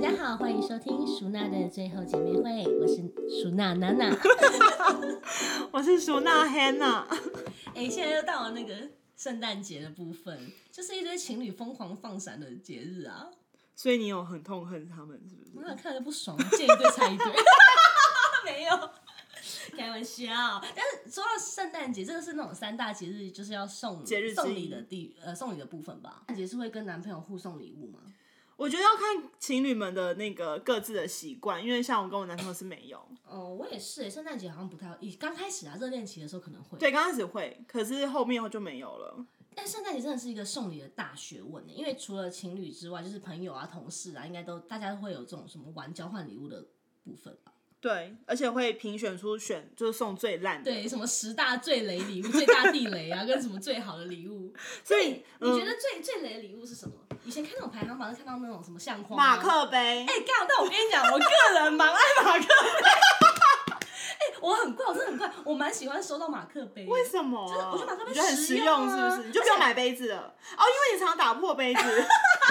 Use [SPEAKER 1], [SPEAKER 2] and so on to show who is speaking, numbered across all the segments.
[SPEAKER 1] 家好，欢迎收听舒娜的最后姐妹会，我是舒娜娜娜。
[SPEAKER 2] 我是舒娜 Hannah，
[SPEAKER 1] 哎、现在又到了那个圣诞节的部分，就是一堆情侣疯狂放闪的节日啊，
[SPEAKER 2] 所以你有很痛恨他们是不
[SPEAKER 1] 我
[SPEAKER 2] 是？
[SPEAKER 1] 那看着不爽，见一对拆 一对，没有。开玩笑，但是说到圣诞节，这个是那种三大节日，就是要送
[SPEAKER 2] 节日之一
[SPEAKER 1] 送礼的地呃送礼的部分吧。圣诞节是会跟男朋友互送礼物吗？
[SPEAKER 2] 我觉得要看情侣们的那个各自的习惯，因为像我跟我男朋友是没有，
[SPEAKER 1] 哦，我也是耶，圣诞节好像不太会，以刚开始啊热恋期的时候可能会，
[SPEAKER 2] 对，刚开始会，可是后面就没有了。
[SPEAKER 1] 但圣诞节真的是一个送礼的大学问欸呢，因为除了情侣之外，就是朋友啊、同事啊，应该都大家会有这种什么玩交换礼物的部分吧？
[SPEAKER 2] 对，而且会评选出选就是送最烂的，
[SPEAKER 1] 对，什么十大最雷礼物、最大地雷啊，跟什么最好的礼物。
[SPEAKER 2] 所以
[SPEAKER 1] 你觉
[SPEAKER 2] 嗯
[SPEAKER 1] 得最最雷的礼物是什么？以前看那种排行榜，是看到那种什么相框、
[SPEAKER 2] 马。克杯
[SPEAKER 1] 哎、，干！但我跟你讲，我个人蛮爱马克杯。 哎、我很怪，我真的很怪，我蛮喜欢收到马克杯的。
[SPEAKER 2] 为什么啊？
[SPEAKER 1] 就是我觉得马克杯
[SPEAKER 2] 你觉得很
[SPEAKER 1] 实
[SPEAKER 2] 实
[SPEAKER 1] 用啊
[SPEAKER 2] 用，是不是？你就不用买杯子了哦，因为你常常打破杯子。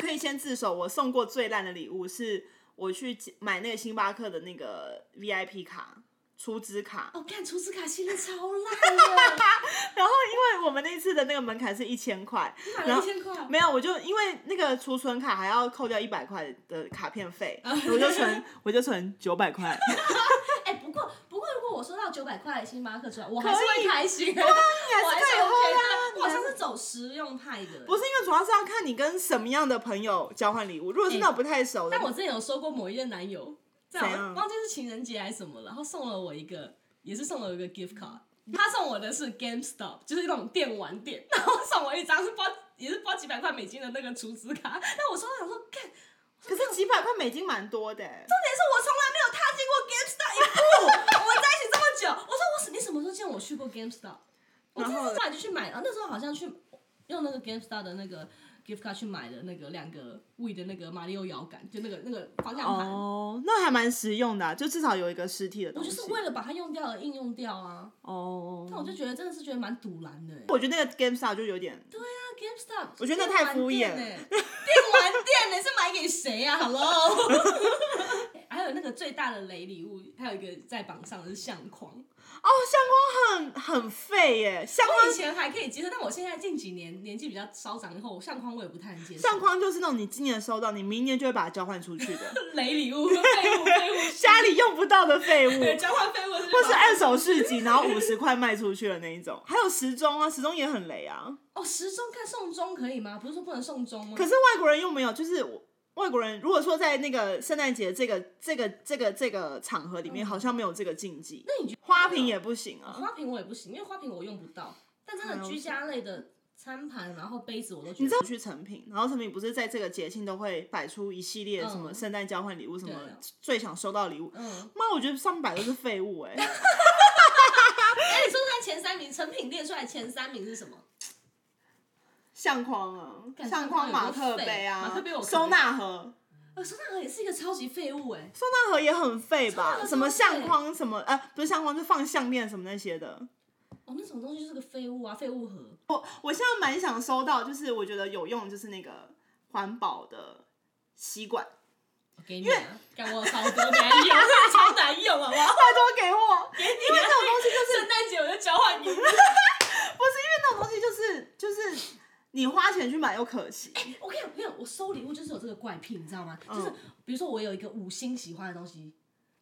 [SPEAKER 2] 可以先自首，我送过最烂的礼物是我去买那个星巴克的那个 VIP 卡。出资卡，
[SPEAKER 1] 哦，看厨子卡系列超烂的，
[SPEAKER 2] 然后因为我们那次的那个门槛是一千块，
[SPEAKER 1] 买了
[SPEAKER 2] 然
[SPEAKER 1] 一
[SPEAKER 2] 后
[SPEAKER 1] 千块。啊
[SPEAKER 2] 没有，我就因为那个储存卡还要扣掉一百块的卡片费，
[SPEAKER 1] 啊
[SPEAKER 2] 我就存我就存九百块，
[SPEAKER 1] 哎、不过不过，如果我收到九百块的星巴克出来，我
[SPEAKER 2] 可
[SPEAKER 1] 还是会
[SPEAKER 2] 以啊
[SPEAKER 1] 开心 的，
[SPEAKER 2] 还
[SPEAKER 1] 我
[SPEAKER 2] 是
[SPEAKER 1] 还
[SPEAKER 2] 可以
[SPEAKER 1] 是
[SPEAKER 2] 喝
[SPEAKER 1] OK
[SPEAKER 2] 呀
[SPEAKER 1] 的。我
[SPEAKER 2] 你
[SPEAKER 1] 好
[SPEAKER 2] 还
[SPEAKER 1] 像
[SPEAKER 2] 是
[SPEAKER 1] 是走实用派的，
[SPEAKER 2] 不是因为主要是要看你跟什么样的朋友交换礼物，如果是那种不太熟的，
[SPEAKER 1] 嗯但我之前有收过某一任男友，这
[SPEAKER 2] 怎
[SPEAKER 1] 样
[SPEAKER 2] 样
[SPEAKER 1] 忘记是情人节还是什么了，然后送了我一个，也是送了我一个 gift card。他送我的是 GameStop，就是那种电玩店，然后送我一张是包也是包几百块美金的那个储值卡。那我收到想说，看，重
[SPEAKER 2] 可是几百块美金蛮多的、欸。
[SPEAKER 1] 点是我从来没有踏进过 GameStop 一步，我 们在一起这么久，我说我是你什么时候见我去过 GameStop？我真
[SPEAKER 2] 然
[SPEAKER 1] 的
[SPEAKER 2] 后
[SPEAKER 1] 是后来就去买了，那时候好像去用那个 GameStop 的那个 gift card 去买的那个两个 We 的那个马里奥摇杆，就那个那个方向盘。
[SPEAKER 2] 哦，那还蛮实用的、啊，就至少有一个实体的
[SPEAKER 1] 我
[SPEAKER 2] 东
[SPEAKER 1] 就
[SPEAKER 2] 西。
[SPEAKER 1] 是为了把它用掉而应用掉啊。
[SPEAKER 2] 哦，
[SPEAKER 1] 但我就觉得真的是觉得蛮堵然的欸。
[SPEAKER 2] 我觉得那个 GameStar 就有点，
[SPEAKER 1] 那 GameStop，
[SPEAKER 2] 嗯我觉得那太敷衍
[SPEAKER 1] 电玩
[SPEAKER 2] 了
[SPEAKER 1] 店欸电玩店呢是买给谁啊？Hello，还有那个最大的雷礼物，还有一个在榜上的是相框。
[SPEAKER 2] 哦，相框很很废耶，相框
[SPEAKER 1] 我以前还可以接受，但我现在近几年年纪比较稍长以后，相框我也不太能接受。
[SPEAKER 2] 相框就是那种你今年收到，你明年就会把它交换出去 的，
[SPEAKER 1] 雷礼物，废物，废 物，
[SPEAKER 2] 家里用不到的废物，
[SPEAKER 1] 对交换废物，
[SPEAKER 2] 或是二手市集，然后五十块卖出去的那一种。还有时钟啊，时钟也很雷啊。
[SPEAKER 1] 哦时钟看送钟可以吗？不是说不能送钟吗？
[SPEAKER 2] 可是外国人又没有，就是我外国人如果说在那个圣诞节这个这个这个这个场合里面，好像没有这个禁忌。
[SPEAKER 1] 那你觉得
[SPEAKER 2] 花瓶也不行啊。
[SPEAKER 1] 花瓶我也不行，因为花瓶我用不到。但真的居家类的餐盘，然后杯子我都觉
[SPEAKER 2] 哎你知
[SPEAKER 1] 得
[SPEAKER 2] 道去成品，然后成品不是在这个节庆都会摆出一系列什么
[SPEAKER 1] 嗯
[SPEAKER 2] 圣诞交换礼物，什么
[SPEAKER 1] 对啊
[SPEAKER 2] 最想收到的礼物？
[SPEAKER 1] 嗯，
[SPEAKER 2] 妈，我觉得上百都是废物 哎、
[SPEAKER 1] 哎、你说出来前三名，成品列出来前三名是什么？
[SPEAKER 2] 相框啊，
[SPEAKER 1] 干
[SPEAKER 2] 相框、马
[SPEAKER 1] 相框有
[SPEAKER 2] 克
[SPEAKER 1] 多废
[SPEAKER 2] 杯啊，
[SPEAKER 1] 马克杯我可以
[SPEAKER 2] 收纳盒，
[SPEAKER 1] 呃，收纳盒也是一个超级废物哎、
[SPEAKER 2] 收纳盒也很废
[SPEAKER 1] 收纳盒
[SPEAKER 2] 吧？
[SPEAKER 1] 超
[SPEAKER 2] 什么相
[SPEAKER 1] 废
[SPEAKER 2] 框什么呃，不是相框，就放项链什么那些的。
[SPEAKER 1] 哦，那种东西就是个废物啊，废物盒。
[SPEAKER 2] 我我现在蛮想收到，就是我觉得有用，就是那个环保的吸管，
[SPEAKER 1] 我给你、啊，干我有超多难用， 超难用好不好？
[SPEAKER 2] 拜托给我，因为那种东西就是
[SPEAKER 1] 圣诞节我就交换礼物。
[SPEAKER 2] 不是因为那种东西就是就是你花钱去买又可惜，
[SPEAKER 1] 我跟你讲，没有，我收礼物就是有这个怪癖，你知道吗？就是比如说我有一个五星喜欢的东西，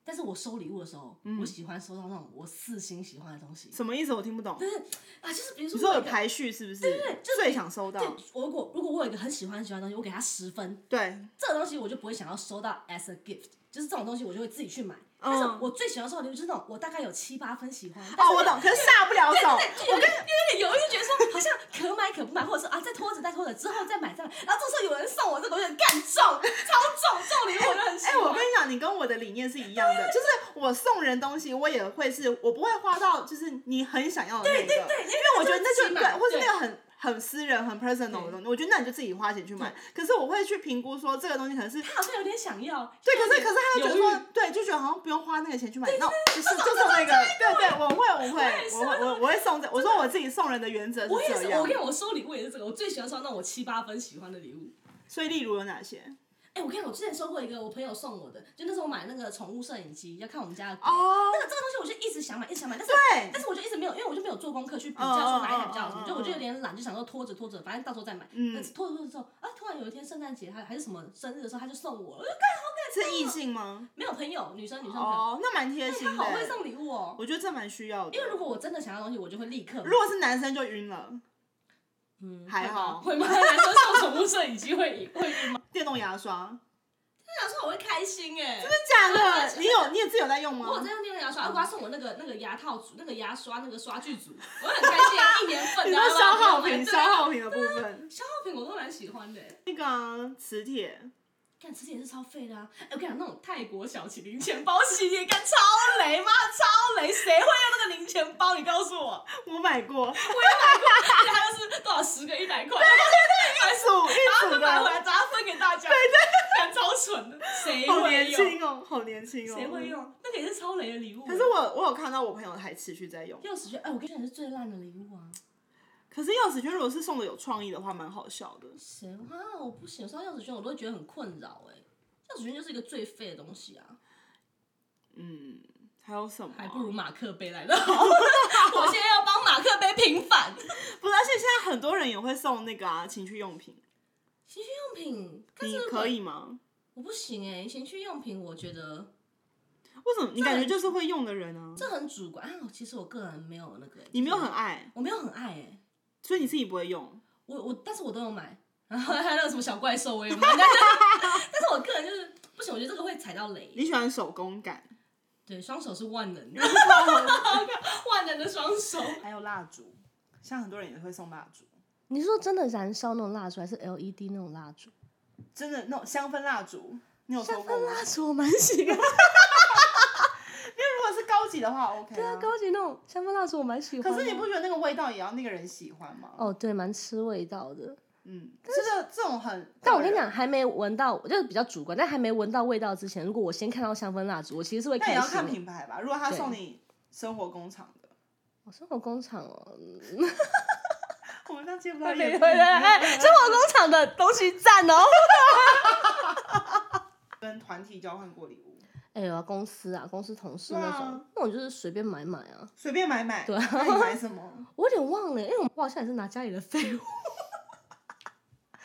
[SPEAKER 1] 但是我收礼物的时候，我喜欢收到那种我四星喜欢的东西。
[SPEAKER 2] 什么意思？我听不懂。
[SPEAKER 1] 但是啊，就是比如
[SPEAKER 2] 你
[SPEAKER 1] 说
[SPEAKER 2] 说
[SPEAKER 1] 我有
[SPEAKER 2] 有
[SPEAKER 1] 一个
[SPEAKER 2] 排序是不是？
[SPEAKER 1] 就是
[SPEAKER 2] 最想收
[SPEAKER 1] 对
[SPEAKER 2] 到，，
[SPEAKER 1] 我如果如果我有一个很喜欢很喜欢的东西，我给他十分，
[SPEAKER 2] 对，
[SPEAKER 1] 这个东西我就不会想要收到 as a gift，就是这种东西我就会自己去买。但是我最喜欢收到的礼物就是那种我大概有七八分喜欢，但是
[SPEAKER 2] 哦，我懂，可是下不了手。
[SPEAKER 1] 就有点有点犹豫，就觉得说好像可买可不买，或者说啊再拖着再拖着之后再买再买，然后这时候有人送我这个，我就很干重，超重重礼物，我就很喜
[SPEAKER 2] 哎、
[SPEAKER 1] 欢。
[SPEAKER 2] 我跟你讲，你跟我的理念是一样的，就是我送人东西，我也会是我不会花到就是你很想要的那个，
[SPEAKER 1] 对
[SPEAKER 2] 因为我觉得那
[SPEAKER 1] 自己
[SPEAKER 2] 就
[SPEAKER 1] 买
[SPEAKER 2] 对，或是
[SPEAKER 1] 对
[SPEAKER 2] 那个很很私人、很 personal 的东西，我觉得那你就自己花钱去买。可是我会去评估说这个东西可能是
[SPEAKER 1] 他好像有点想要，
[SPEAKER 2] 对，可是可是他又觉得
[SPEAKER 1] 犹
[SPEAKER 2] 说，对，就觉得好像不用花那个钱去买，那就是就是那个，对对，我会我
[SPEAKER 1] 也
[SPEAKER 2] 会
[SPEAKER 1] 是
[SPEAKER 2] 我会我我会送这，我说我自己送人的原则
[SPEAKER 1] 我也
[SPEAKER 2] 这
[SPEAKER 1] 是，我
[SPEAKER 2] 样
[SPEAKER 1] 跟你。讲，我收礼物也是这个，我最喜欢收到那种我七八分喜欢的礼物。
[SPEAKER 2] 所以例如有哪些？
[SPEAKER 1] 哎、
[SPEAKER 3] 哎、我跟你讲，我之前收过一个我朋友送我的，就那时候我买那个宠物摄影机，要看我们家的狗。
[SPEAKER 2] 哦
[SPEAKER 3] 那，个这个东西我就一直想买，一直想买，但是
[SPEAKER 2] 对
[SPEAKER 3] 但是我就一直没有，因为我就没有做功课去比
[SPEAKER 2] 嗯嗯
[SPEAKER 3] 较说哪一台比较好
[SPEAKER 2] 嗯
[SPEAKER 3] 什么，
[SPEAKER 2] 嗯
[SPEAKER 3] 就我就有点懒，就想说拖着拖着，反正到时候再买。
[SPEAKER 2] 嗯
[SPEAKER 3] 但是拖着拖着之后，啊，突然有一天圣诞节还还是什么生日的时候，他就送我，
[SPEAKER 2] 是异性吗？
[SPEAKER 3] 没有朋友，女生女生朋友，
[SPEAKER 2] 哦，那蛮贴
[SPEAKER 3] 哎
[SPEAKER 2] 心
[SPEAKER 3] 他好会
[SPEAKER 2] 的，
[SPEAKER 3] 送礼物哦。
[SPEAKER 2] 我觉得这蛮需要的
[SPEAKER 3] 因。为如果我真的想要东西，我就会立刻买
[SPEAKER 2] 如。果是男生就晕了，
[SPEAKER 3] 嗯
[SPEAKER 2] 还好
[SPEAKER 3] 会吗？会吗男生送宠物摄影机会赢会晕吗？
[SPEAKER 2] 电动牙刷，
[SPEAKER 3] 那牙刷我会开心哎、
[SPEAKER 2] 真的假
[SPEAKER 3] 而
[SPEAKER 2] 的？
[SPEAKER 3] 且
[SPEAKER 2] 你有你也自己有在用
[SPEAKER 3] 我有
[SPEAKER 2] 吗？
[SPEAKER 3] 在用电动牙刷，而且他送我那个那个牙套组、那个牙刷、那个刷具组，我很开心，一年份
[SPEAKER 2] 你
[SPEAKER 3] 的
[SPEAKER 2] 说
[SPEAKER 3] 啊。
[SPEAKER 2] 消耗
[SPEAKER 3] 对啊
[SPEAKER 2] 品，消耗品的部分，
[SPEAKER 3] 消耗品我都蛮喜欢的欸。
[SPEAKER 2] 那个啊磁铁，
[SPEAKER 3] 干，其实也是超废的啊！哎、我跟你讲，那种泰国小麒麟钱包系列，干超雷妈超雷，谁会用那个零钱包？你告诉我，
[SPEAKER 2] 我买过，
[SPEAKER 3] 而且它又是多少十个一百块，
[SPEAKER 2] 啊
[SPEAKER 3] 对
[SPEAKER 2] 一 组一
[SPEAKER 3] 然后
[SPEAKER 2] 组
[SPEAKER 3] 就买回来，
[SPEAKER 2] 的，
[SPEAKER 3] 然后分给大家，对对，干超蠢的，谁
[SPEAKER 2] 好
[SPEAKER 3] 会
[SPEAKER 2] 年
[SPEAKER 3] 用？
[SPEAKER 2] 轻哦，好年轻哦。
[SPEAKER 3] 谁会？用？那个也是超雷的礼物欸。
[SPEAKER 2] 可是我我有看到我朋友还持续在用，
[SPEAKER 3] 六十圈，哎、我跟你讲是最烂的礼物啊！
[SPEAKER 2] 可是钥匙圈如果是送的有创意的话，蛮好笑的。
[SPEAKER 3] 谁啊？我不行，收到钥匙圈我都会觉得很困扰哎、钥匙圈就是一个最废的东西啊，
[SPEAKER 2] 嗯，还有什么啊？
[SPEAKER 3] 还不如马克杯来的 好。我现在要帮马克杯平反。
[SPEAKER 2] 不是，而且现在很多人也会送那个啊情趣用品，
[SPEAKER 3] 情趣用品，但
[SPEAKER 2] 你
[SPEAKER 3] 是
[SPEAKER 2] 可以吗？
[SPEAKER 3] 我不行哎、情趣用品我觉得
[SPEAKER 2] 为什么？你感觉就是会用的人啊，
[SPEAKER 3] 这很主观啊。其实我个人没有那个、
[SPEAKER 2] 你没有很，爱，
[SPEAKER 3] 我没有很爱哎、
[SPEAKER 2] 所以你自己不会用。
[SPEAKER 3] 我我但是我都有买，然后还有那个什么小怪兽我也买， 但是但是我个人就是不行，我觉得这个会踩到雷。
[SPEAKER 2] 你喜欢手工感，
[SPEAKER 3] 对，双手是万 能 的，万能的双手。
[SPEAKER 2] 还有蜡烛，像很多人也会送蜡烛，
[SPEAKER 3] 你说真的燃烧那种蜡烛，还是
[SPEAKER 1] E
[SPEAKER 3] LED 那种蜡烛？
[SPEAKER 2] 真的那种香氛蜡烛，你有收过吗？
[SPEAKER 3] 蜡烛我蛮喜欢，
[SPEAKER 2] 因为如果是高级的话，OK 啊。
[SPEAKER 3] 级那种香氛蜡烛我蛮喜
[SPEAKER 2] 可是你不觉得那个味道也要那个人喜欢吗？
[SPEAKER 3] 哦，对，蛮吃味道的。
[SPEAKER 2] 嗯，这个这种很，
[SPEAKER 1] 但我跟你，讲，还没闻到，就是比较主观，但还没闻到味道之前，如果我先看到香氛蜡烛，我其实是会
[SPEAKER 2] 但也
[SPEAKER 1] 开
[SPEAKER 2] 要
[SPEAKER 1] 心
[SPEAKER 2] 看
[SPEAKER 1] 的。
[SPEAKER 2] 品牌吧。如果他送你生活工厂的，
[SPEAKER 1] 我生活工厂哦，嗯
[SPEAKER 2] 我们这样接不到
[SPEAKER 1] 对
[SPEAKER 2] 业
[SPEAKER 1] 对
[SPEAKER 2] 配
[SPEAKER 1] 对，哎，生活工厂的东西赞哦。
[SPEAKER 2] 跟团体交换过礼物，
[SPEAKER 1] 哎呦，公司啊，公司同事那
[SPEAKER 2] 对
[SPEAKER 1] 种
[SPEAKER 2] 啊，
[SPEAKER 1] 那种就是随便买买啊。
[SPEAKER 2] 随便买买。对，那你买什么？
[SPEAKER 1] 我有点忘了，因为我我好像也是拿家里的废物。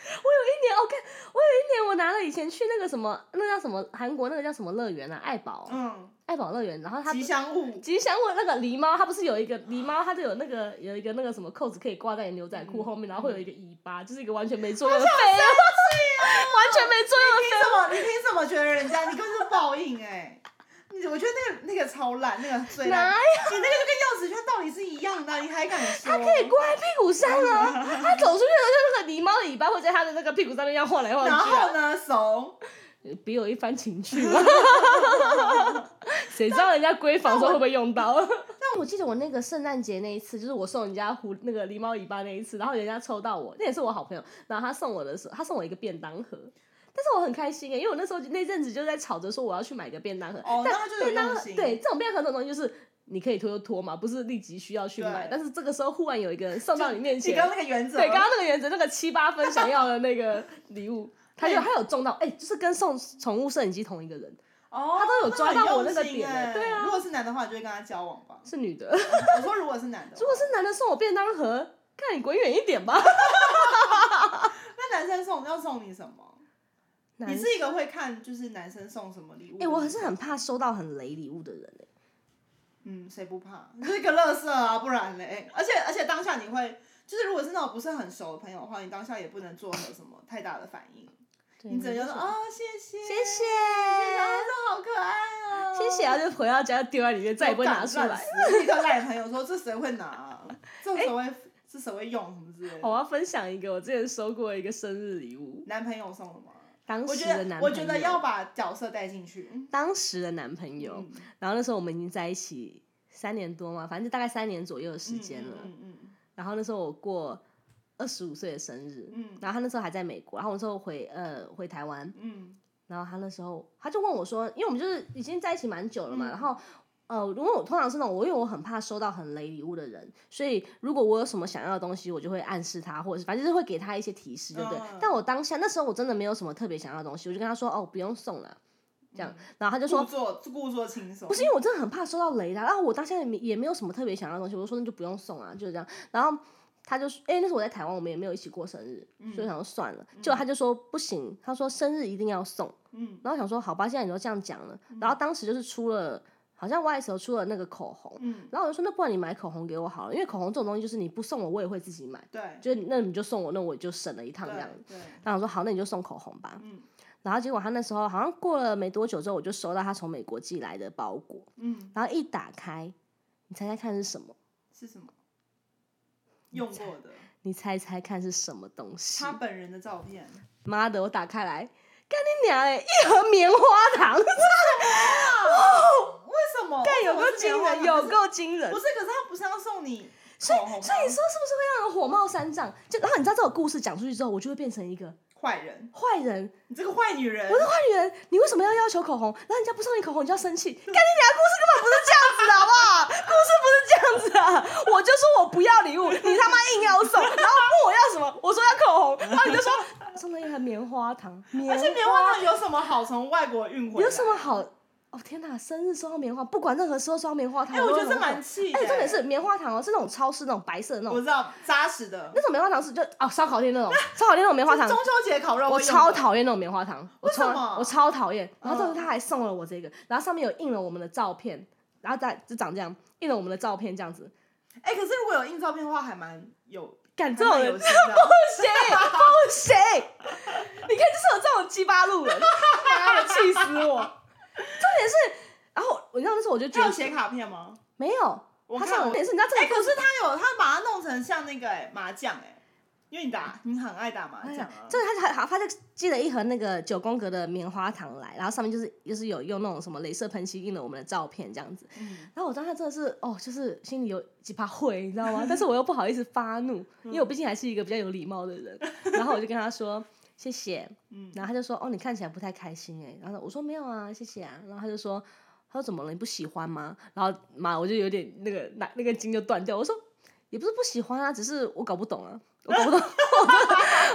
[SPEAKER 1] 我有一 年，我、看，我有一年我拿了以前去那个什么，那叫什么韩国那个叫什么乐园啊，爱宝，
[SPEAKER 2] 嗯，
[SPEAKER 1] 爱宝乐园，然后它不
[SPEAKER 2] 吉祥物。
[SPEAKER 1] 吉祥物那个狸猫，它不是有一个狸猫，它就有那个有一个那个什么扣子可以挂在你牛仔裤
[SPEAKER 2] 嗯
[SPEAKER 1] 后面，然后会有一个尾巴，就是一个完全没作用的废物，
[SPEAKER 2] 啊
[SPEAKER 1] 完全没作用的
[SPEAKER 2] 凭
[SPEAKER 1] 废物。
[SPEAKER 2] 什么？你凭什么觉得人家？你根本是报应哎、你我觉得那个那个超烂，那个最烂。
[SPEAKER 1] 哪
[SPEAKER 2] 你那个就跟钥匙圈道理是一样的，你还敢说？
[SPEAKER 1] 它可以挂在屁股上啊，它走出去的时候，那个狸猫的尾巴会在它的那个屁股上面这样晃来晃
[SPEAKER 2] 然
[SPEAKER 1] 去、啊
[SPEAKER 2] 后，呢？怂。
[SPEAKER 1] 别有一番情趣嘛。 谁知道人家闺房的时候会不会用到？ 但我记得我那个圣诞节那一次，就是我送人家狐那个狸猫尾巴那一次，然后人家抽到我，那也是我好朋友，然后他送我的时候，他送我一个便当盒。但是我很开心欸诶、因为我那时候那阵子就在吵着说我要去买个便当盒，
[SPEAKER 2] 哦，
[SPEAKER 1] 但
[SPEAKER 2] 那他就有
[SPEAKER 1] 便当
[SPEAKER 2] 用
[SPEAKER 1] 盒
[SPEAKER 2] 心。
[SPEAKER 1] 对这种便当盒这种东西就是你可以拖就拖嘛，不是立即需要去买
[SPEAKER 2] 对，
[SPEAKER 1] 但是这个时候忽然有一个人送到你面
[SPEAKER 2] 你
[SPEAKER 1] 前，
[SPEAKER 2] 刚刚那个原则，
[SPEAKER 1] 对，刚刚那个原则，那个七八分想要的那个 礼物，他就
[SPEAKER 2] 对
[SPEAKER 1] 他有中到，哎、就是跟送宠物摄影机同一个人，
[SPEAKER 2] 哦，
[SPEAKER 1] 他都有抓到我那个
[SPEAKER 2] 很用心
[SPEAKER 1] 点
[SPEAKER 2] 欸
[SPEAKER 1] 欸对啊。
[SPEAKER 2] 如果是男的话，你就会跟他交往吧
[SPEAKER 1] 是 女的。
[SPEAKER 2] 我说如果是 男的话，
[SPEAKER 1] 如果是男的送我便当盒，看你滚远一点吧。
[SPEAKER 2] 那男生送要送你什么？你
[SPEAKER 1] 男生，
[SPEAKER 2] 是一个会看就是男生送什么礼物的
[SPEAKER 1] 哎、
[SPEAKER 2] 人？
[SPEAKER 1] 我是很怕收到很雷礼物的人、欸，
[SPEAKER 2] 嗯，谁不怕？ 你就是一个乐色啊，不然嘞。而且而且当下你会就是如果是那种不是很熟的朋友的话，你当下也不能做何什么太大的反应，
[SPEAKER 1] 对
[SPEAKER 2] 你只能
[SPEAKER 1] 没
[SPEAKER 2] 就说
[SPEAKER 1] 错
[SPEAKER 2] 哦谢谢
[SPEAKER 1] 谢
[SPEAKER 2] 谢
[SPEAKER 1] 谢，
[SPEAKER 2] 啊，这好可爱哦，
[SPEAKER 1] 谢谢，然后就回到家就丢在里面，再也不会拿出来。哎
[SPEAKER 2] 我敢乱撕。立刻赖朋友说这谁会拿啊？ 这谁会这谁会用什么之类
[SPEAKER 1] 我
[SPEAKER 2] 的？
[SPEAKER 1] 要分享一个我之前收过一个生日礼物，
[SPEAKER 2] 男朋友送的吗？
[SPEAKER 1] 当
[SPEAKER 2] 我
[SPEAKER 1] 时
[SPEAKER 2] 觉
[SPEAKER 1] 的
[SPEAKER 2] 得
[SPEAKER 1] 男朋友，
[SPEAKER 2] 我觉得要把角色带进去。
[SPEAKER 1] 当时的男朋友，
[SPEAKER 2] 嗯
[SPEAKER 1] 然后那时候我们已经在一起三年多嘛，反正就大概三年左右的时间了。
[SPEAKER 2] 嗯嗯
[SPEAKER 1] 然后那时候我过二十五岁的生日，
[SPEAKER 2] 嗯
[SPEAKER 1] 然后他那时候还在美国，然后我那时候回呃回台湾，
[SPEAKER 2] 嗯
[SPEAKER 1] 然后他那时候他就问我说，因为我们就是已经在一起蛮久了嘛，
[SPEAKER 2] 嗯
[SPEAKER 1] 然后。呃，如果我通常是那种，我因为我很怕收到很雷礼物的人，所以如果我有什么想要的东西，我就会暗示他，或者是反正就是会给他一些提示，对不对？
[SPEAKER 2] 嗯
[SPEAKER 1] 但我当下那时候我真的没有什么特别想要的东西，我就跟他说哦，不用送了，这样，然后他就说
[SPEAKER 2] 故作故作轻松，
[SPEAKER 1] 不是因为我真的很怕收到雷啦，然后我当下也没也没有什么特别想要的东西，我就说那就不用送啊，就是这样。然后他就说，哎、那时候我在台湾，我们也没有一起过生日，
[SPEAKER 2] 嗯
[SPEAKER 1] 所以我想说算了。结果他就说不行，他说生日一定要送。
[SPEAKER 2] 嗯，
[SPEAKER 1] 然后我想说好吧，现在你都这样讲了，然后当时就是出了，好像 YSL 出了那个口红，
[SPEAKER 2] 嗯，
[SPEAKER 1] 然后我就说那不然你买口红给我好了，因为口红这种东西就是你不送我，我也会自己买，
[SPEAKER 2] 对，
[SPEAKER 1] 就是那你就送我，那我就省了一趟这样。
[SPEAKER 2] 对，
[SPEAKER 1] 然后我说好，那你就送口红吧。
[SPEAKER 2] 嗯
[SPEAKER 1] 然后结果他那时候好像过了没多久之后，我就收到他从美国寄来的包裹，
[SPEAKER 2] 嗯，
[SPEAKER 1] 然后一打开，你猜猜看是什么？
[SPEAKER 2] 是什么？用过 的，
[SPEAKER 1] 你猜猜看是什么东西
[SPEAKER 2] 他？本人的照片，
[SPEAKER 1] 妈的，我打开来，干你娘嘞！一盒棉花糖，
[SPEAKER 2] 为什么？
[SPEAKER 1] 干有
[SPEAKER 2] 为什么
[SPEAKER 1] 够
[SPEAKER 2] 是棉
[SPEAKER 1] 惊
[SPEAKER 2] 花
[SPEAKER 1] 人，
[SPEAKER 2] 糖
[SPEAKER 1] 有
[SPEAKER 2] 可是
[SPEAKER 1] 够惊人
[SPEAKER 2] 不。是？可是他不是要送你口红吗，
[SPEAKER 1] 所以说是不是会让人火冒三丈？就然后你知道这个故事讲出去之后，我就会变成一个
[SPEAKER 2] 坏人，
[SPEAKER 1] 坏人。
[SPEAKER 2] 你这个坏女人，
[SPEAKER 1] 坏人，你为什么要要求口红？然后人家不送你口红，你就要生气？干你俩故事根本不是这样子的，好不好？故事不是这样子啊的。我就说我不要礼物，你他妈硬要送，然后问我要什么，我说要口红，然后你就说送了一盒棉花糖，棉
[SPEAKER 2] 而且棉花糖有什么好从外国运回来？
[SPEAKER 1] 有什么？好？哦天哪！生日收到棉花，不管任何时候收到棉花糖，
[SPEAKER 2] 哎，我觉
[SPEAKER 1] 都
[SPEAKER 2] 得这
[SPEAKER 1] 很
[SPEAKER 2] 蛮
[SPEAKER 1] 爽
[SPEAKER 2] 气的。
[SPEAKER 1] 哎，重点是棉花糖哦，是那种超市那种白色的那
[SPEAKER 2] 我
[SPEAKER 1] 种，
[SPEAKER 2] 知道扎实的，
[SPEAKER 1] 那种棉花糖是就哦烧烤店那种， 烧烤店那种棉花糖
[SPEAKER 2] 中，秋节烤肉
[SPEAKER 1] 我
[SPEAKER 2] 会用
[SPEAKER 1] 超
[SPEAKER 2] 的
[SPEAKER 1] 讨厌那种棉花糖，我
[SPEAKER 2] 为什
[SPEAKER 1] 超
[SPEAKER 2] 么
[SPEAKER 1] 我超讨厌。然后最后
[SPEAKER 2] 嗯
[SPEAKER 1] 他还送了我这个，然后上面有印了我们的照片，然后再就长这样，印了我们的照片这样子。
[SPEAKER 2] 哎、可是如果有硬照片的话，还蛮有，
[SPEAKER 1] 干
[SPEAKER 2] 还
[SPEAKER 1] 这种
[SPEAKER 2] 蛮
[SPEAKER 1] 人
[SPEAKER 2] 有
[SPEAKER 1] 不
[SPEAKER 2] 心的。
[SPEAKER 1] 行不行，你看就是有这种鸡巴 路人，妈的气死我！重点是，然后你知道那时候我就觉
[SPEAKER 2] 他有
[SPEAKER 1] 得
[SPEAKER 2] 写卡片吗？
[SPEAKER 1] 没有，
[SPEAKER 2] 我
[SPEAKER 1] 他
[SPEAKER 2] 看
[SPEAKER 1] 上
[SPEAKER 2] 我
[SPEAKER 1] 重点是你知道这
[SPEAKER 2] 哎、
[SPEAKER 1] 个
[SPEAKER 2] 可是他有，他把它弄成像那个、哎麻将哎、因为你打，你很爱打麻
[SPEAKER 1] 哎
[SPEAKER 2] 将
[SPEAKER 1] 呀
[SPEAKER 2] 啊。
[SPEAKER 1] 这个他好，他就寄了一盒那个九宫格的棉花糖来，然后上面就是就是有用那种什么镭射喷漆印了我们的照片这样子。
[SPEAKER 2] 嗯
[SPEAKER 1] 然后我当时真的是哦，就是心里有几把灰，你知道吗？但是我又不好意思发怒，
[SPEAKER 2] 嗯
[SPEAKER 1] 因为我毕竟还是一个比较有礼貌的 人。然后我就跟他说谢谢，
[SPEAKER 2] 嗯
[SPEAKER 1] 然后他就说哦，你看起来不太开心哎。然后我说没有啊，谢谢啊。然后他就说他说怎么了？你不喜欢吗？然后妈，我就有点那个那那个筋就断掉。我说也不是不喜欢啊，只是我搞不懂啊，我搞不懂，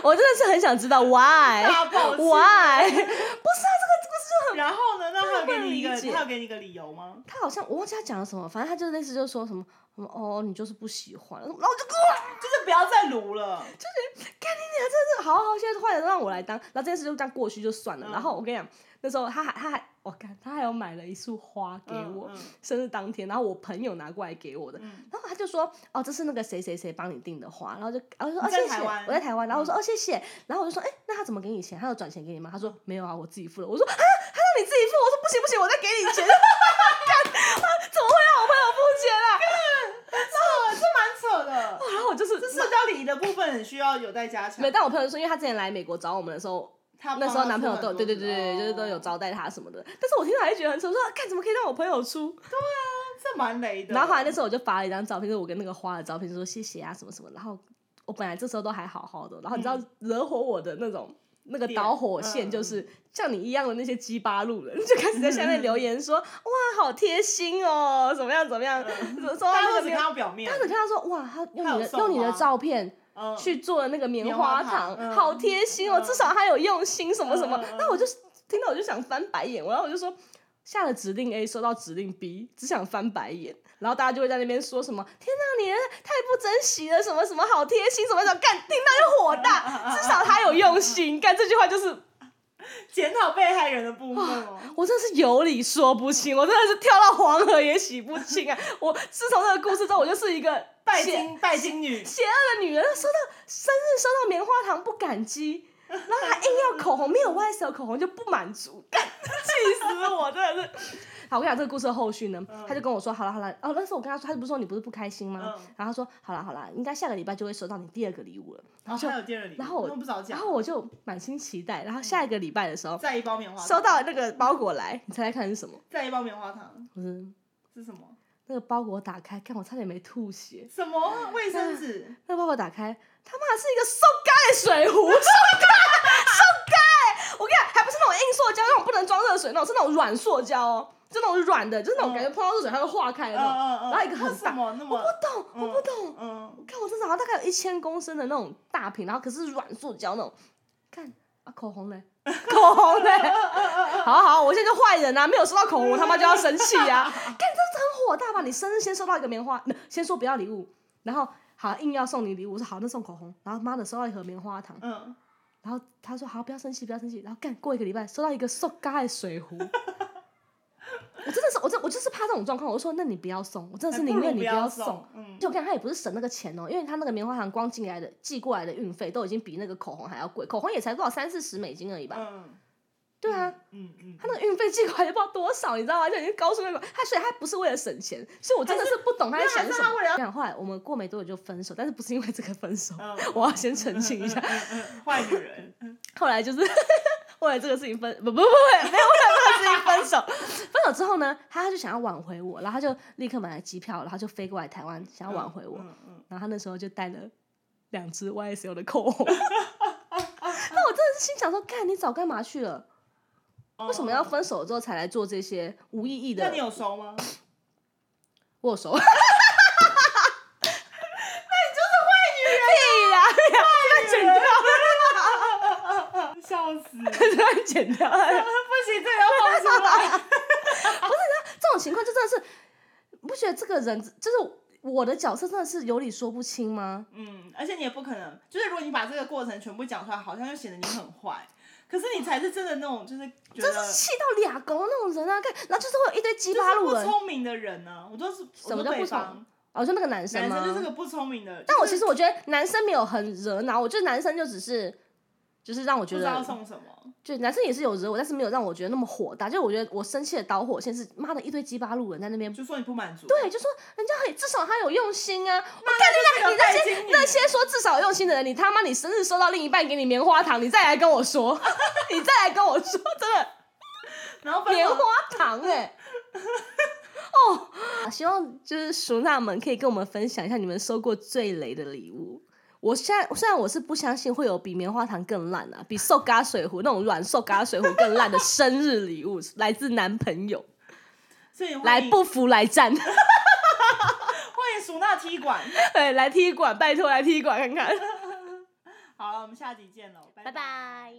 [SPEAKER 1] 我真的是很想知道 why
[SPEAKER 2] 大爆气
[SPEAKER 1] why 不是啊，这个这个是
[SPEAKER 2] 然后呢？那他有给你一个
[SPEAKER 1] 不能理，解
[SPEAKER 2] 他有给你一个理由吗？
[SPEAKER 1] 他好像我忘记他讲了什么，反正他就类似就说什么什么哦，你就是不喜欢，然后我就哇，
[SPEAKER 2] 就是不要再撸了。
[SPEAKER 1] 干你娘，真的是好好，现在坏人都让我来当，然后这件事就这样过去就算了。
[SPEAKER 2] 嗯
[SPEAKER 1] 然后我跟你讲，那时候他还他还我干，他还有买了一束花给
[SPEAKER 2] 嗯
[SPEAKER 1] 我，
[SPEAKER 2] 嗯
[SPEAKER 1] 生日当天，然后我朋友拿过来给我的，
[SPEAKER 2] 嗯
[SPEAKER 1] 然后他就说哦，这是那个谁谁谁帮你订的花，然后就然后就说哦
[SPEAKER 2] 你在
[SPEAKER 1] 谢谢
[SPEAKER 2] 台湾，
[SPEAKER 1] 我在台湾，然后我说、
[SPEAKER 2] 嗯
[SPEAKER 1] 哦谢谢，然后我就说哎，那他怎么给你钱？他有转钱给你吗？他说没有啊，我自己付了。我说啊，他让你自己付，我说不行不行，我再给你钱。 啊怎么会让我朋友付钱啊？
[SPEAKER 2] 这这蛮扯的，
[SPEAKER 1] 然后我就是
[SPEAKER 2] 这社交礼仪的部分很需要有待加强
[SPEAKER 1] 没，。但我朋友就说，因为他之前来美国找我们的时候，
[SPEAKER 2] 他
[SPEAKER 1] 那时候男朋友都有对对对对，
[SPEAKER 2] 对，
[SPEAKER 1] 就是都有招待他什么的。但是我听到还是觉得很丑，说看怎么可以让我朋友出？
[SPEAKER 2] 这蛮雷的。
[SPEAKER 1] 然后后来那时候我就发了一张照片，就是我跟那个花的照片，就说谢谢啊什么什么。然后我本来这时候都还好好的，然后你知道惹火我的那种。那个
[SPEAKER 2] 嗯点
[SPEAKER 1] 导火线
[SPEAKER 2] 嗯
[SPEAKER 1] 就是像你一样的那些鸡巴路人，就开始在下面 留言说：“哇，好贴心哦，怎么样怎么样？”说说
[SPEAKER 2] 大
[SPEAKER 1] 到
[SPEAKER 2] 家
[SPEAKER 1] 那
[SPEAKER 2] 都
[SPEAKER 1] 个
[SPEAKER 2] 只
[SPEAKER 1] 棉
[SPEAKER 2] 嗯看到表面
[SPEAKER 1] 当，时看到说，哇，他
[SPEAKER 2] 他
[SPEAKER 1] 用
[SPEAKER 2] 有
[SPEAKER 1] 你的
[SPEAKER 2] 送
[SPEAKER 1] 用你的
[SPEAKER 2] 花
[SPEAKER 1] 照片
[SPEAKER 2] 嗯
[SPEAKER 1] 去做了那个棉
[SPEAKER 2] 棉
[SPEAKER 1] 花
[SPEAKER 2] 花
[SPEAKER 1] 糖，
[SPEAKER 2] 糖嗯
[SPEAKER 1] 好贴心哦，
[SPEAKER 2] 嗯
[SPEAKER 1] 至少他有用心什么什么
[SPEAKER 2] 嗯嗯。嗯
[SPEAKER 1] 那、我就听到我就想翻白眼，然后我就说。下了指令 A，收到指令 B，只想翻白眼，然后大家就会在那边说什么“天哪，你人太不珍惜了”，什么什么好贴心，什么什么，干听到就火
[SPEAKER 2] 嗯
[SPEAKER 1] 大。至少他有用心，干这句话就是
[SPEAKER 2] 检讨被害人的部分哦。
[SPEAKER 1] 我真的是有理说不清，我真的是跳到黄河也洗不清啊！我自从这个故事之后，我就是一个
[SPEAKER 2] 拜
[SPEAKER 1] 写
[SPEAKER 2] 金拜金女，
[SPEAKER 1] 邪恶的女人收到生日收到棉花糖不感激，然后还硬要口红，没有 YSL 口红就不满足，干气死我！真的是。好，我跟你讲这个故事的后续呢，他就跟我说，好了好了，哦，那时候我跟他说，他不是说你不是不开心吗？
[SPEAKER 2] 嗯
[SPEAKER 1] 然后他说，好了好了，应该下个礼拜就会收到你第二个礼物了。
[SPEAKER 2] 然后
[SPEAKER 1] 就
[SPEAKER 2] 还有第二个礼物，
[SPEAKER 1] 然后我
[SPEAKER 2] 那不早
[SPEAKER 1] 然
[SPEAKER 2] 讲，
[SPEAKER 1] 后我就满心期待，然后下一个礼拜的时候
[SPEAKER 2] 再一包棉花糖，
[SPEAKER 1] 收到那个包裹来，你猜猜看是什么？
[SPEAKER 2] 再一包棉花糖
[SPEAKER 1] 我是
[SPEAKER 2] 是什么？
[SPEAKER 1] 那个包裹打开，看我差点没吐血。
[SPEAKER 2] 什么卫 生纸？
[SPEAKER 1] 那包裹打开，他妈是一个瘦盖水壶，瘦盖，瘦盖！我跟你讲，还不是那种硬塑胶，那种不能装热水那种，是那种软塑胶哦。就那种软的，就是那种感觉碰到热水它会化开的那种。
[SPEAKER 2] 嗯嗯，
[SPEAKER 1] 然后一个很大
[SPEAKER 2] 为什么那么
[SPEAKER 1] 我不懂，我不懂。
[SPEAKER 2] 嗯，
[SPEAKER 1] 看我这好像大概有一千公升的那种大瓶，然后可是软塑胶那种。看啊，口红嘞， 口红嘞， 好好，我现在就坏人啊！没有收到口红，我他妈就要生气啊！ 看，这是很火大吧？你生日先收到一个棉花，先说不要礼物，然后好啊硬要送你礼物，我说好那送口红，然后妈的收到一盒棉花糖，
[SPEAKER 2] 嗯，
[SPEAKER 1] 然后他说好不要生气不要生气，然后干过一个礼拜收到一个塑胶的水壶。 我真的是，我真我就是怕这种状况，我就说那你不要送，我真的是
[SPEAKER 2] 还不
[SPEAKER 1] 宁
[SPEAKER 2] 如
[SPEAKER 1] 愿你
[SPEAKER 2] 不
[SPEAKER 1] 不
[SPEAKER 2] 要
[SPEAKER 1] 要
[SPEAKER 2] 送
[SPEAKER 1] 送，，
[SPEAKER 2] 嗯，
[SPEAKER 1] 就我看他也不是省那个钱哦，因为他那个棉花糖光进来的寄过来的运费都已经比那个口红还要贵，口红也才多少三四十美金而已吧？
[SPEAKER 2] 嗯，
[SPEAKER 1] 对啊，
[SPEAKER 2] 嗯嗯，
[SPEAKER 1] 他那个运费寄过来也不知道多少，你知道吗？就已经高出那个，他所以他不是为了省钱，所以我真的是不懂他在想
[SPEAKER 2] 没有还啊是
[SPEAKER 1] 什
[SPEAKER 2] 他
[SPEAKER 1] 么
[SPEAKER 2] 为了。
[SPEAKER 1] 然后后来我们过没多久就分手，但是不是因为这个分手，
[SPEAKER 2] 嗯
[SPEAKER 1] 我要先澄清一下。
[SPEAKER 2] 嗯嗯嗯坏 女人，
[SPEAKER 1] 后来就是为了这个事情分，不不不不，没有为了这个事情分手。分手之后呢，他就想要挽回我，然后他就立刻买了机票，然后就飞过来台湾，想要挽回我。
[SPEAKER 2] 嗯嗯，
[SPEAKER 1] 然后他那时候就带了两支 YSL 的口红。 那我真的是心想说，干你早干嘛去了？
[SPEAKER 2] 嗯
[SPEAKER 1] 为什么要？分手之后才来做这些无意义
[SPEAKER 2] 那
[SPEAKER 1] 的
[SPEAKER 2] 你有收吗？
[SPEAKER 1] 握手？ 那你啊 就是坏女人、
[SPEAKER 2] 笑死！
[SPEAKER 1] 屁呀、
[SPEAKER 2] 不行，
[SPEAKER 1] 啊！剪掉，剪 掉。
[SPEAKER 2] 这个要放出来。
[SPEAKER 1] 这种情况就真的是，你不觉得这个人就是我的角色真的是有理说不清吗？
[SPEAKER 2] 嗯，而且你也不可能，就是如果你把这个过程全部讲出来，好像又显得你很坏。可是你才是真的那种，就是觉
[SPEAKER 1] 真
[SPEAKER 2] 得
[SPEAKER 1] 是气到俩狗那种人啊！看，然后就是会有一堆鸡
[SPEAKER 2] 就
[SPEAKER 1] 巴
[SPEAKER 2] 是
[SPEAKER 1] 路
[SPEAKER 2] 不
[SPEAKER 1] 人，
[SPEAKER 2] 聪明的人呢、我都是
[SPEAKER 1] 什么叫不
[SPEAKER 2] 我说对
[SPEAKER 1] 聪
[SPEAKER 2] 方
[SPEAKER 1] 哦，就那个男生
[SPEAKER 2] 男
[SPEAKER 1] 吗？
[SPEAKER 2] 生就是个不聪明的人。
[SPEAKER 1] 但我
[SPEAKER 2] 就是
[SPEAKER 1] 其实我觉得男生没有很惹恼，我觉得男生就只是，就是让我
[SPEAKER 2] 不
[SPEAKER 1] 觉
[SPEAKER 2] 知道
[SPEAKER 1] 得，
[SPEAKER 2] 送什么。
[SPEAKER 1] 就男生也是有惹我，但是没有让我觉得那么火大。就我觉得我生气的导火线是妈的一堆鸡巴路人在那边，
[SPEAKER 2] 就说你不满足，欸
[SPEAKER 1] 对，就说人家很至少他有用心啊。我
[SPEAKER 2] 就是
[SPEAKER 1] 看
[SPEAKER 2] 个
[SPEAKER 1] 你那
[SPEAKER 2] 拜
[SPEAKER 1] 些
[SPEAKER 2] 金女，
[SPEAKER 1] 那些说至少有用心的人，你他妈你生日收到另一半给你棉花糖，你再来跟我说， 你再来跟我说，真的。
[SPEAKER 2] 然后分
[SPEAKER 1] 棉
[SPEAKER 2] 手
[SPEAKER 1] 花糖哎、 哦，希望就是熟娜们可以跟我们分享一下你们收过最雷的礼物。我现在虽然我是不相信会有比棉花糖更烂啊，比瘦嘎水壶那种软瘦嘎水壶更烂的生日礼物，来自男朋友，
[SPEAKER 2] 所以欢
[SPEAKER 1] 来
[SPEAKER 2] 迎
[SPEAKER 1] 不服来战，
[SPEAKER 2] 欢迎唢呐踢馆。
[SPEAKER 1] 对，来踢馆，拜托来踢馆看看，
[SPEAKER 2] 好了，我们下集见喽，
[SPEAKER 1] 拜拜。